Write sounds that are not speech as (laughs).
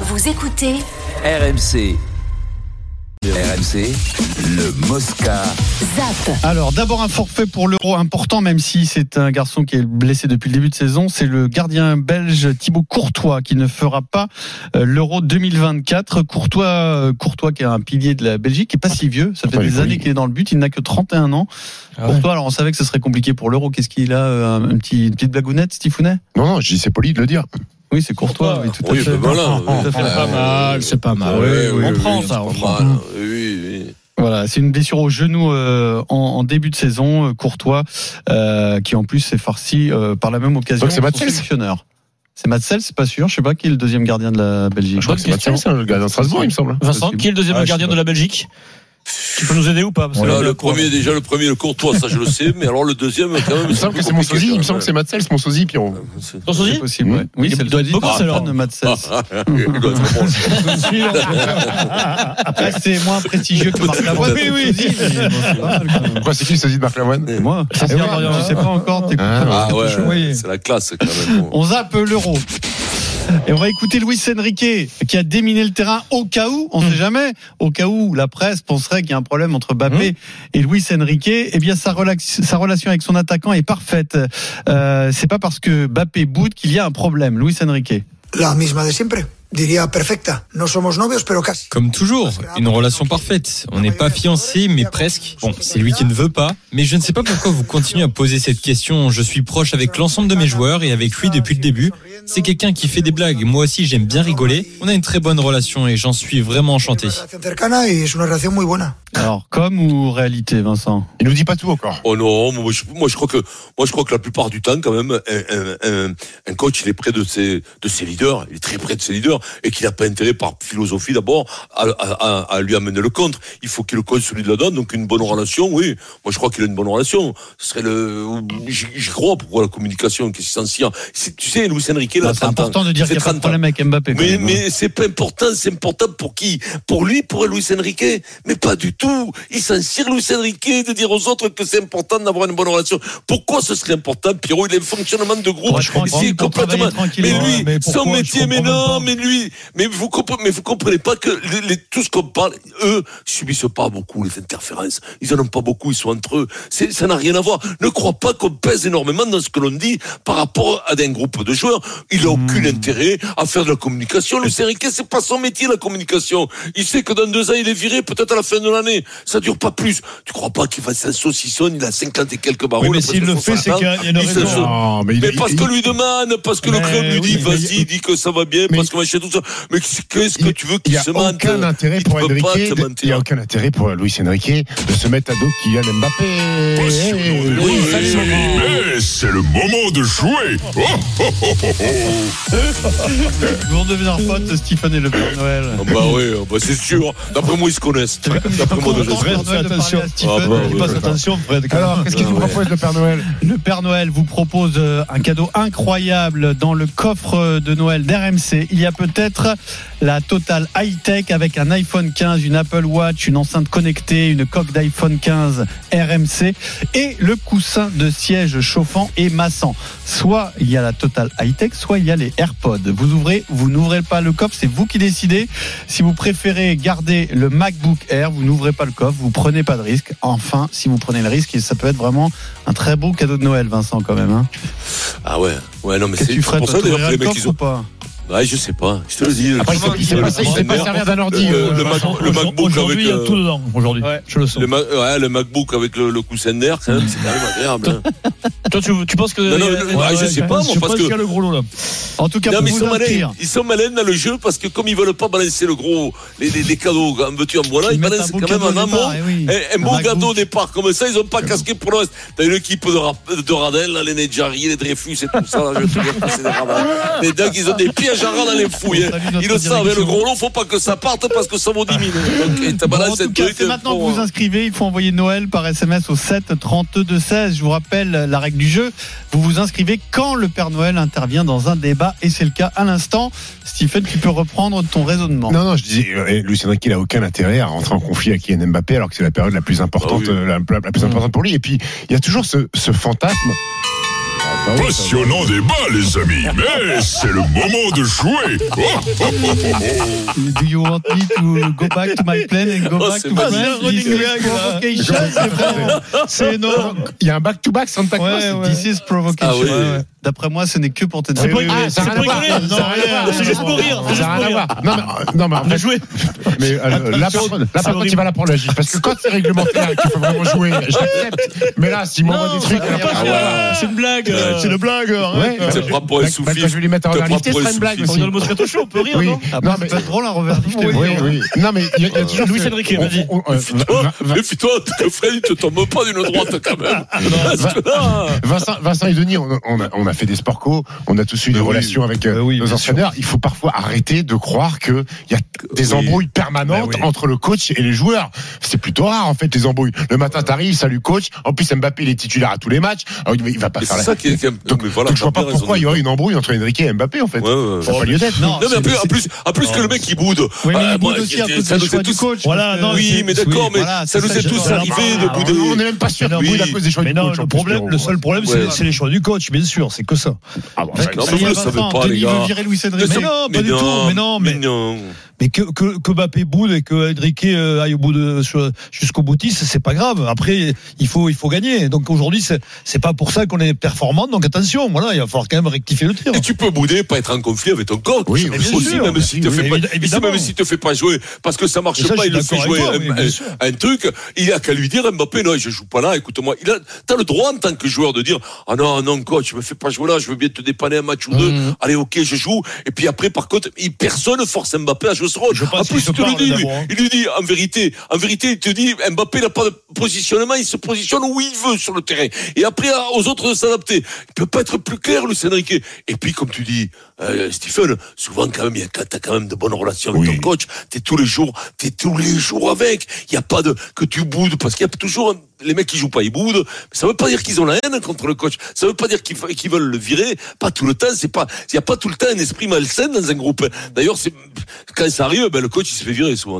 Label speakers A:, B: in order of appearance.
A: Vous écoutez
B: RMC. RMC, le Mosca.
A: ZAP.
C: Alors, d'abord un forfait pour l'euro important, même si c'est un garçon qui est blessé depuis le début de saison. C'est le gardien belge Thibaut Courtois qui ne fera pas euh, l'euro 2024. Courtois, euh, Courtois qui est un pilier de la Belgique, qui est pas si vieux. Ça fait
D: Enfin,
C: des
D: il est
C: années qu'il est dans le but. Il n'a que 31 ans.
E: Ah ouais.
C: Courtois, alors on savait que ce serait compliqué pour l'euro. Qu'est-ce qu'il a euh, un, un petit, Une petite blagounette, Stifounet
D: Non, non, je dis c'est poli de le dire.
C: Oui, c'est Courtois. Oui, tout à
F: Oui,
C: fait.
F: ben
D: Ah,
F: voilà.
C: Tout à fait.
E: C'est pas mal, c'est pas mal.
F: Ouais,
C: on
F: oui,
C: prend
F: oui,
C: ça, on
F: pas
C: prend.
F: mal, hein. Oui, oui.
C: Voilà, c'est une blessure au genou euh, en, en début de saison. euh, Courtois, euh, qui en plus s'est farci euh, par la même occasion.
D: Donc c'est
C: son
D: Matsels
C: sélectionneur. C'est Matsel, c'est pas sûr. Je sais pas qui est le deuxième gardien de la Belgique.
D: Je crois que c'est
E: question.
D: Mathieu, c'est le gars d'un Strasbourg, il me semble. hein.
E: Vincent, qui est le deuxième
F: Ah, je
E: gardien
F: sais
E: de la Belgique Tu peux nous aider ou pas Parce que
F: Voilà,
E: là,
F: le
E: là, quoi.
F: premier, déjà, le premier, le courtois, ça je le sais, mais alors le deuxième, quand même.
D: Il me semble que c'est mon sosie, il me semble que c'est Mathiel, c'est mon sosie, Pierrot.
F: (laughs) c'est.
E: Ton
C: C'est
E: sosie
C: possible. ouais. Oui,
E: Il
C: c'est le
E: doit être
C: deuxième
E: beaucoup,
C: gardien
E: alors.
C: de Matsels.
D: (laughs)
C: Après, c'est moins prestigieux que Marc Lavoine.
F: Oui,
C: oui.
D: Pourquoi c'est qui le sosie de Marc Lavoine
C: Moi,
E: Ça, c'est
C: Eh ouais,
E: Florian.
C: tu sais pas encore. t'es-
D: hein. Ah,
F: Ah
C: Oui.
F: ouais, c'est la classe quand même. bon.
C: On zappe l'euro. Et on va écouter Luis Enrique qui a déminé le terrain au cas où, on ne sait jamais, au cas où la presse penserait qu'il y a un problème entre Mbappé et Luis Enrique. Eh bien, sa, relax- sa relation avec son attaquant est parfaite. Euh, c'est pas parce que Mbappé boude qu'il y a un problème, Luis Enrique.
G: La misma de siempre. Diría perfecta. No somos novios, pero casi.
H: Comme toujours, une relation parfaite. On n'est pas fiancés, mais presque. Bon, c'est lui qui ne veut pas. Mais je ne sais pas pourquoi vous continuez à poser cette question. Je suis proche avec l'ensemble de mes joueurs et avec lui depuis le début. C'est quelqu'un qui fait des blagues. Moi aussi, j'aime bien rigoler. On a une très bonne relation et j'en suis vraiment enchanté.
G: Una relación cercana y es una relación muy buena.
C: Alors, comme ou réalité, Vincent
D: Il nous dit pas tout encore.
F: Oh non, moi je, moi, je crois que moi je crois que la plupart du temps quand même un, un- un- un coach il est près de ses de ses leaders, il est très près de ses leaders et qu'il n'a pas intérêt par philosophie d'abord à, à- à- à lui amener le contre. Il faut qu'il le construise de la donne, donc une bonne relation, oui. Moi je crois qu'il a une bonne relation. Ce serait le, j'y j'y crois pourquoi la communication, qu'est-ce qu'il s'en tire. C'est- Tu sais, Luis Enrique là,
C: Bah, C'est
F: 30 ans.
C: important de dire
F: C'est
C: qu'il y a pas de
F: 30 ans.
C: problème avec Mbappé. quand
F: Mais,
C: même, hein.
F: mais c'est pas important, c'est important pour qui Pour lui, pour Luis Enrique Mais pas du tout Il s'en tire, Luis Enrique, de dire aux autres que c'est important d'avoir une bonne relation. Pourquoi ce serait important, Pierrot Il est le fonctionnement de groupe.
C: Moi, je comprends,
F: C'est
C: pour
F: complètement...
C: travailler
F: Mais
C: tranquillement,
F: lui,
C: ouais, mais
F: son
C: pourquoi, je
F: métier, mais
C: comprends même
F: non,
C: pas.
F: mais lui, mais vous comprenez, mais vous comprenez pas que les, les- tout ce qu'on parle, eux, subissent pas beaucoup les interférences. Ils en ont pas beaucoup, ils sont entre eux. C'est- Ça n'a rien à voir. Ne crois pas qu'on pèse énormément dans ce que l'on dit par rapport à un groupe de joueurs. Il a aucun intérêt à faire de la communication. Le Seriquet, c'est pas son métier, la communication. Il sait que dans deux ans, il est viré, peut-être à la fin de l'année. Ça dure pas plus. Tu crois pas qu'il va s'en saucissonne, il a 50 et quelques barreaux. il a presque 60 ans. Il se sau-
D: Non, mais il
F: mais
D: il-
F: parce
D: il-
F: que lui demande, parce que le
E: Mais
F: club lui dit,
E: oui, mais-
F: vas-y, dis que ça va bien,
D: mais-
F: parce que machin, tout ça. Mais qu'est-ce qu'est-ce que
D: il-
F: tu veux
D: Il
F: qu'il
D: n'y a
F: se mente
D: aucun intérêt
F: Il
D: pour
F: peut pas
D: Enrique,
F: te
D: de-
F: mentir.
D: il n'y a aucun intérêt pour Luis Enrique de se mettre à dos Kylian Mbappé. Eh,
F: oui,
D: eh,
F: oui,
D: eh,
I: Mais c'est le moment de jouer
C: Ils vont devenir potes, Stephen et le Père Noël.
F: Ah bah oui, ah bah c'est sûr. D'après moi, ils se connaissent. D'après moi, déjà, ils se
C: Fred,
F: connaissent.
C: fais attention.
F: Ah bah oui,
C: Fais
F: d'accord.
C: attention, Fred. quand
D: eh. Alors,
C: même.
D: qu'est-ce qu'il nous propose le Père Noël
C: Le Père Noël vous propose euh, un cadeau incroyable dans le coffre de Noël d'RMC. Il y a peut-être la totale high-tech avec un iPhone 15, une Apple Watch, une enceinte connectée, une coque d'iPhone 15 RMC et le coussin de siège chauffant et massant. Soit il y a la totale high-tech, soit il y a les AirPods. Vous ouvrez, vous n'ouvrez pas le coffre, c'est vous qui décidez. Si vous préférez garder le MacBook Air, vous n'ouvrez pas le coffre, vous prenez pas de risque. Enfin, si vous prenez le risque, et ça peut être vraiment un très beau cadeau de Noël, Vincent, quand même. Hein.
F: Ah ouais, ouais, non, mais
C: Qu'est-ce que
F: c'est
C: tu ferais
F: pour
C: toi,
F: ça d'ailleurs que
C: t'ouvrirais
F: les
C: le
F: mecs,
C: coffre
F: ils
C: ou
F: ont.
C: pas
F: Ouais, je sais pas, je te le dis.
D: Après, il s'est- il s'est pas- il s'est pas servi d'un ordi.
F: Le-
D: euh,
F: le Mac-
D: Vincent.
F: le MacBook avec,
E: Aujourd'hui, il y a
F: euh,
E: tout dedans. Aujourd'hui,
C: Ouais.
E: je le sens.
F: Le, Ma- ouais, le MacBook avec le, le coussin d'air, quand même, c'est quand même agréable. hein.
E: Toi, tu, tu penses que.
F: Non, non,
E: il y a-
F: non, ah, je sais pas, moi,
E: je
F: parce
E: pense
F: que-
E: qu'il y a le gros lot là.
C: En tout cas,
F: Non,
C: pour
F: mais ils
C: vous
F: sont
C: inscrire.
F: malins. Ah, Ils sont malins dans le jeu parce que comme ils veulent pas balancer le gros, les, les, les cadeaux, en veux-tu en voilà, ils
C: Ils mettent un
F: balancent
C: beau
F: quand même
C: cadeau
F: en
C: au départ,
F: amont.
C: eh oui.
F: Un, un
C: Un
F: beau
C: MacBook.
F: cadeau au départ. Comme ça, ils ont pas casqué pour le reste. T'as une équipe de, rap- de Radel, là, les Nedjari, les Dreyfus et tout ça, là, je te jure que c'est des radins. Les dingues, ils ont des pièges à rats dans les fouilles. hein.
C: Salut, notre
F: Ils le savent, hein, le
C: direction.
F: gros lot, faut pas que ça parte parce que ça vaut 10 000.
C: (laughs)
F: Donc, t'as
C: Bon, en
F: balancé un
C: tout cas,
F: truc,
C: c'est maintenant que
F: hein. bon,
C: vous vous inscrivez. Il faut envoyer Noël par SMS au 7 32 16. Je vous rappelle la règle du jeu. Vous vous inscrivez quand le Père Noël intervient dans un débat, et c'est le cas à l'instant. Stephen, tu peux reprendre ton raisonnement.
D: Non, non, je dis, euh, Luis Enrique n'a aucun intérêt à rentrer en conflit avec Kylian Mbappé alors que c'est la période la plus importante,
F: Ah oui.
D: euh, la, la- la plus importante pour lui. Et puis, il y a toujours ce, ce fantasme.
I: Passionnant débat, les amis. Mais c'est le moment de jouer. Oh, oh, oh, oh, oh.
C: Do you want me to go back to my plane and go
F: Oh,
C: back
F: c'est
C: to my
F: pas
C: plane
F: bien,
C: This
F: Rodrigue
C: is provocation, c'est
F: (laughs)
C: vraiment- C'est énorme.
D: Il y a un back-to-back Santa Claus.
C: Ouais, ouais. This is provocation.
F: Ah oui.
C: Ouais, ouais. D'après moi, ce n'est que pour te dire.
D: Oui, oui,
E: Ah,
D: oui,
E: c'est
D: ça a
E: pour
D: rien à
E: rigoler.
D: voir. Ça a rien à voir.
E: C'est juste pour rire. C'est juste
D: Ça a
E: pour
D: rien à
E: rire.
D: voir. Non, mais, euh, non, mais en
E: On a
D: fait,
E: joué.
D: mais, euh, là, par contre, là, par contre, il va la prendre la gifle. Parce que quand c'est réglementaire et qu'il faut vraiment jouer, j'accepte. Mais là, s'il m'envoie des trucs. hein. Ah, alors-
F: pas ouais.
E: C'est une blague. euh,
D: le blague.
C: hein.
D: Ouais,
F: C'est
D: bah,
F: pas pour
D: bah,
F: un
D: bah,
F: souffle.
D: Quand je vais lui mettre en
F: T'as
D: verre
F: pas
D: lifté,
F: pour
D: c'est pas
F: les
D: une blague
F: souffles.
E: On est
D: aussi.
E: dans le Moscato Show, on peut rire,
D: Oui,
E: non
D: non,
C: C'est
D: mais.
C: pas
A: hein,
C: drôle un revers du
D: Oui, oui, oui. Non, mais il y, a- il y a toujours.
E: Louis
D: ce-
E: Enrique, vas-y.
D: on- on- euh,
F: Toi,
D: Vin- Vin-
F: Oh, méfie-toi, (laughs) que Fred, il te tombe pas d'une droite quand même.
C: Ah,
F: Parce
C: bah,
F: que là,
D: Vincent, Vincent et Denis, on, on a, on a fait des sports co, on a tous eu des
F: oui.
D: relations avec euh,
C: Bah oui,
D: nos
C: bien
D: entraîneurs. Il faut parfois arrêter de croire qu'il y a des
F: Oui.
D: embrouilles permanentes
C: Bah oui.
D: entre le coach et les joueurs. C'est plutôt rare, en fait, les embrouilles. Le matin, t'arrives, salut coach. En plus, Mbappé, il est titulaire à tous les matchs. Alors, il va pas
F: mais
D: faire
F: c'est
D: la...
F: ça qui est quand même.
D: Donc,
F: mais voilà,
D: donc je vois pas
F: t'as bien raison.
D: pourquoi il y aurait une embrouille entre Enrique et Mbappé, en fait.
F: Ouais, ouais.
D: Ça n'a pas lieu d'être.
C: Non,
F: Non, mais en plus,
C: Oh, c'est- Oh.
F: en plus, en plus que le mec, il boude.
C: Oui, mais
F: Ah,
C: il
F: bon,
C: boude aussi à
F: c'est-
C: cause
F: ça
C: du
F: nous
C: choix
F: est
C: du
F: tous-
C: coach.
E: Voilà,
C: Parce
E: non,
C: que-
F: Oui, mais d'accord, mais
C: voilà,
F: ça
C: c'est
F: nous est
C: que
F: tous
C: je-
F: arrivé de
C: Ah,
F: bouder.
D: On n'est même pas sûr
F: Mais
D: qu'il
F: non,
D: boude à
F: oui.
D: cause des choix
A: Mais
D: du
A: non,
D: coach,
A: le
D: en plus,
A: problème,
D: Pierrot.
A: le seul problème,
F: Ouais.
A: c'est c'est les choix du coach, bien sûr, c'est que ça.
D: Ah, bon,
C: Parce
D: ça-
C: que
F: Non,
C: ça
F: mais
C: y
F: vous
C: est,
F: le savez
C: Vincent,
F: pas, les
C: Denis
F: gars.
C: veut virer Louis Cédric.
F: Mais
A: Mais non, pas
F: Mais
A: du tout. Mais non, mais,
F: mais non.
A: mais que, que, que Mbappé boude et que Enrique euh, aille au bout de sur- jusqu'au boutiste, c'est pas
C: ah.
A: grave. Après, il faut, il faut gagner. Donc aujourd'hui, c'est c'est pas pour ça qu'on est performant. Donc attention, voilà, il va falloir quand même rectifier le tir. hein.
F: Et tu peux bouder, pas être en conflit avec ton coach.
D: Oui,
F: Mais
D: bien
F: aussi,
A: sûr.
F: même si te
A: Oui,
F: fait pas,
A: évi- évidemment.
F: même s'il te fait pas jouer, parce que ça marche
A: Et ça, je
F: pas,
A: suis
F: il le fait
A: d'accord
F: jouer
A: avec toi,
F: un,
A: oui, bien
F: un-
A: sûr.
F: un truc, il a qu'à lui dire, Mbappé, non, je joue pas là, écoute-moi. Il a, t'as le droit en tant que joueur de dire, ah non, non, coach, je me fais pas jouer là, je veux bien te dépanner un match ou deux,
A: Mmh.
F: allez, ok, je joue. Et puis après, par contre, il- personne force Mbappé à jouer ce rôle.
A: pense
F: en plus,
A: qu'il
F: il te
A: se
F: le
A: parle
F: dit, lui.
A: d'abord, hein.
F: Il lui dit, en vérité, en vérité, il te dit, Mbappé n'a pas de positionnement, il se positionne où il veut sur le terrain. Et après, à- aux autres de s'adapter. Il peut pas être plus clair, Lucien Enrique. Et puis, comme tu dis, euh, Stephen, souvent, quand même, il y a- quand t'as quand même de bonnes relations
D: Oui.
F: avec ton coach, t'es tous les jours, t'es tous les jours avec. Il n'y a pas de, que tu boudes, parce qu'il y a toujours un- les mecs qui jouent pas, ils boudent. Mais ça veut pas dire qu'ils ont la haine contre le coach. Ça veut pas dire qu'ils fa- qu'ils veulent le virer. Pas tout le temps. C'est pas, il n'y a pas tout le temps un esprit malsain dans un groupe. D'ailleurs, c'est, quand ça arrive, ben, le coach, il se fait virer souvent.